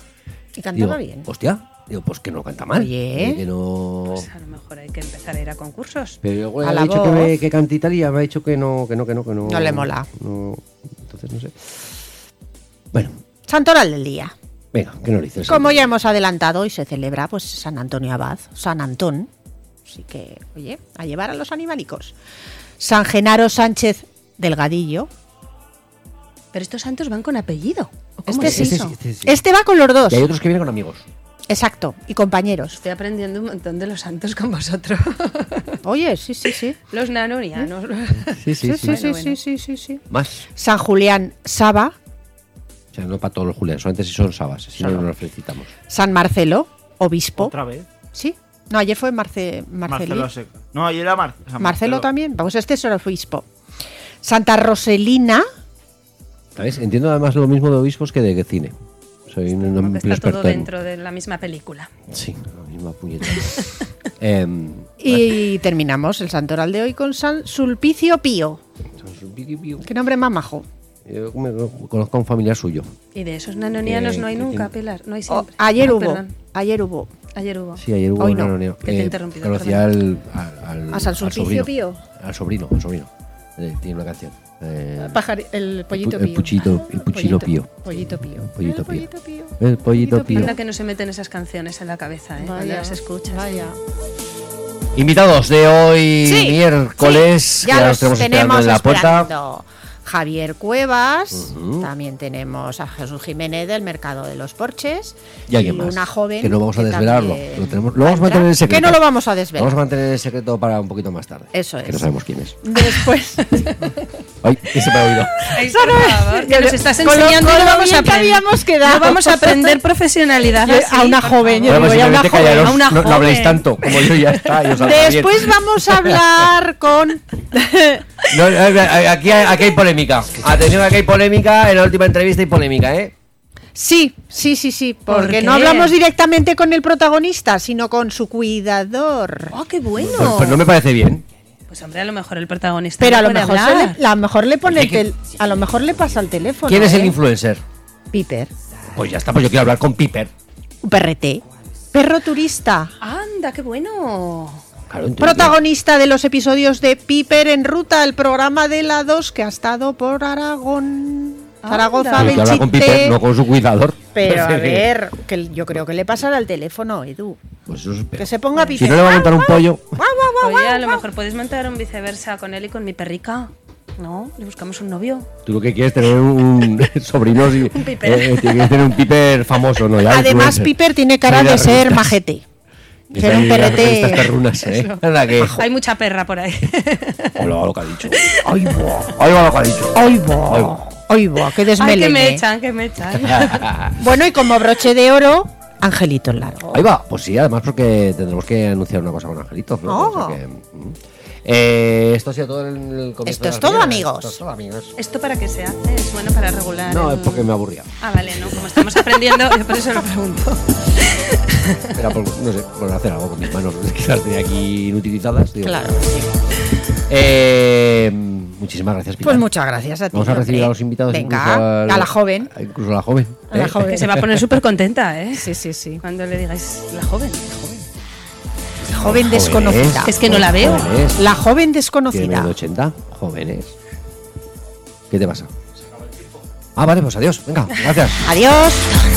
S2: Y cantaba
S1: Digo,
S2: bien.
S1: Hostia. Digo, pues que no canta mal.
S2: Oye.
S1: Eh, Que no...
S3: Pues
S2: Oh.
S3: a lo mejor hay que empezar a ir a concursos.
S1: Pero yo
S2: A
S1: le
S2: la
S1: he dicho que,
S2: voz.
S1: me, que cante y tal y ya me ha dicho que no, que no, que no, que no.
S2: No le mola.
S1: No, entonces no sé. Bueno,
S2: Santoral del día.
S1: venga, ¿qué nos dices?
S2: Como ya hemos adelantado, hoy se celebra pues San Antonio Abad, San Antón. Así que, oye, a llevar a los animalicos. San Genaro Sánchez Delgadillo.
S3: Pero estos santos van con apellido. ¿O ¿Cómo
S2: Este
S3: es
S2: sí.
S3: eso?
S1: sí.
S2: Este va con los dos.
S1: Y hay otros que vienen con amigos.
S2: Exacto, y compañeros.
S3: Estoy aprendiendo un montón de los santos con vosotros.
S2: Oye, sí, sí, sí.
S3: los nanonianos. ¿Eh?
S1: Sí,
S2: Sí, sí, sí,
S3: Bueno, bueno.
S2: sí, sí, sí, sí.
S1: Más.
S2: San Julián Saba,
S1: O sea, no para todos los julianos, solamente si son sabas, si no, no los felicitamos.
S2: San Marcelo, obispo.
S4: Otra vez.
S2: Sí. No, ayer fue Marce, Marcelí.
S4: Marcelo Seca. No, ayer era Mar- o sea,
S2: Marcelo, también. Vamos, este es el obispo. Santa Roselina.
S1: ¿Sabes? Entiendo además lo mismo de obispos que de cine. Soy un,
S3: Como que
S1: amplio
S3: está todo
S1: experto en-
S3: dentro de la misma película.
S1: Sí, la misma puñeta. Em,
S2: Y terminamos el santoral de hoy con San Sulpicio Pío. Qué nombre más majo.
S1: Yo me- conozco a un familiar suyo.
S3: Y de esos nanonianos
S1: Que-
S3: no hay
S1: Eh, que
S3: nunca,
S1: tiene-
S3: Pilar. No hay
S2: O-
S3: siempre.
S2: Oh, ayer
S3: Ah,
S2: hubo,
S3: perdón.
S2: ayer hubo.
S3: Ayer hubo.
S1: Sí, ayer hubo
S2: Hoy
S1: una
S2: no,
S1: reunión. Eh,
S3: que te he interrumpido,
S1: Conocí al,
S3: perdón.
S1: al, al-
S2: ¿A San
S1: al
S2: Sulpicio
S1: sobrino,
S2: Pío?
S1: Al sobrino, al sobrino. Eh, tiene una canción. Eh,
S2: Pajari- el pollito
S1: el
S2: pío.
S1: puchito- el puchilo pío.
S2: Pollito pío.
S1: Pollito pío.
S2: El pollito pío.
S1: el pollito pío.
S3: Anda que no se meten esas canciones en la cabeza, ¿eh? Cuando las escuchas.
S2: Vaya.
S1: Invitados de hoy,
S2: Sí,
S1: miércoles.
S2: sí,
S1: que
S2: ya los
S1: los
S2: tenemos,
S1: tenemos esperando en la puerta.
S2: esperando. Javier Cuevas, también tenemos a Jesús Jiménez del Mercado de los Porches
S1: Y alguien más.
S2: una joven
S1: que no vamos a
S2: que
S1: desvelarlo.
S2: también
S1: Lo, tenemos,
S2: va
S1: lo vamos a
S2: entrar,
S1: mantener en secreto.
S2: Que no lo vamos a desvelar.
S1: Vamos a mantener en secreto para un poquito más tarde.
S2: Eso
S1: Que
S2: es.
S1: no sabemos quién es.
S2: Después,
S1: Ay, que se me ha oído.
S3: Ay, por favor, que nos estás
S2: Con lo-
S3: enseñando
S2: con
S3: y no
S2: lo
S3: vamos
S2: bien
S3: a
S2: que
S3: aprender.
S2: habíamos quedado.
S3: No vamos a aprender profesionalidad.
S2: Yo-
S3: así,
S2: a una
S3: por
S2: joven, yo
S3: favor.
S1: Bueno,
S2: digo, ya una
S1: simplemente
S2: joven,
S1: callaros,
S3: a una
S1: no, no habléis
S3: joven.
S1: tanto como yo ya está. y os habla bien.
S2: después vamos a hablar con
S1: No, no, no, aquí, hay- aquí hay polémica. Atención, aquí hay polémica. En la última entrevista hay polémica, ¿eh?
S2: Sí, sí, sí, sí,
S3: ¿Por
S2: porque
S3: qué?
S2: no hablamos directamente con el protagonista, sino con su cuidador.
S3: ¡Oh, qué
S1: Pues,
S3: bueno!
S1: pues no me parece bien.
S3: Pues hombre, a lo mejor el protagonista.
S2: Pero a
S3: no
S2: lo
S3: puede
S2: mejor, se
S3: hablar.
S2: le, a lo mejor le pone el
S1: Oye,
S2: tel- a lo mejor le pasa el teléfono.
S1: ¿Quién es el
S2: ¿eh?
S1: influencer?
S2: Piper,
S1: Pues ya está, pues yo quiero hablar con Piper.
S2: un PRT, perro turista,
S3: ¡Anda, qué bueno!
S1: Claro, entonces-
S2: protagonista de los episodios de Piper en ruta, el programa de la 2 que ha estado por Aragón,
S3: Anda.
S2: Zaragoza,
S1: Pero yo hablar con Piper,
S2: Belchite.
S1: no con su cuidador.
S2: Pero a ver, que yo creo que le pasará el teléfono, Edu.
S1: Pues eso espero.
S2: Que se ponga Piper.
S1: Si no le va a montar un pollo.
S2: Guau, guau, guau,
S3: Oye, a
S2: guau,
S3: lo
S2: guau.
S3: mejor podéis montar un viceversa con él y con mi perrica. ¿No? Le buscamos un novio.
S1: Tú lo que quieres es tener un sobrino. sí.
S3: Un Piper.
S1: Eh, tienes tener un Piper famoso, ¿no? Ya, pues, eh,
S2: Además,
S1: influencer.
S2: Piper tiene cara
S1: Mira,
S2: de ser
S1: revistas.
S2: majete.
S1: Piper,
S2: Ser un
S1: mira, Estas
S2: PRT.
S1: perrunas, ¿eh? Anda que.
S3: Hay mucha perra por ahí.
S1: Hola, lo que ha dicho. Ay, buah. Ay, buah, lo que ha dicho.
S2: Hoy
S1: Ay,
S2: va,
S1: va.
S2: hoy va, que
S3: Ay, que
S2: desmelene.
S3: me echan, que me echan.
S2: Bueno, y como broche de oro, Angelito el Largo.
S1: Ahí va, pues sí, además porque tendremos que anunciar una cosa con Angelito. ¿no?
S2: Oh.
S1: O sea que, mm. Eh, esto ha sido todo en el comienzo.
S2: Esto
S1: de
S2: es
S1: las
S2: todo,
S1: mañanas.
S2: amigos.
S1: Esto es todo, amigos.
S3: ¿Esto para qué se hace? ¿Es bueno para regular?
S1: No,
S3: el-
S1: es porque me aburría.
S3: Ah, vale, no. Como estamos aprendiendo, yo por eso lo pregunto.
S1: Era por, no sé, por hacer algo con mis manos, que las tenía aquí inutilizadas. digo.
S2: Claro. sí.
S1: Eh, muchísimas gracias, Pilar.
S2: Pues muchas gracias a ti.
S1: Vamos a recibir
S2: hombre.
S1: a los invitados.
S2: Venga,
S1: incluso
S2: a,
S1: al-
S2: la joven. Ah,
S1: a- Incluso a la joven.
S2: A la
S1: ¿eh?
S2: joven.
S3: Que se va a poner súper contenta, ¿eh?
S2: Sí, sí, sí.
S3: Cuando le digáis la joven. la joven.
S2: Joven desconocida.
S3: Es que no la veo.
S1: Jóvenes.
S2: La joven
S1: Tiene
S2: desconocida.
S1: menos de 80. Jóvenes. ¿Qué te pasa? Ah, vale, pues adiós. Venga, gracias.
S2: Adiós.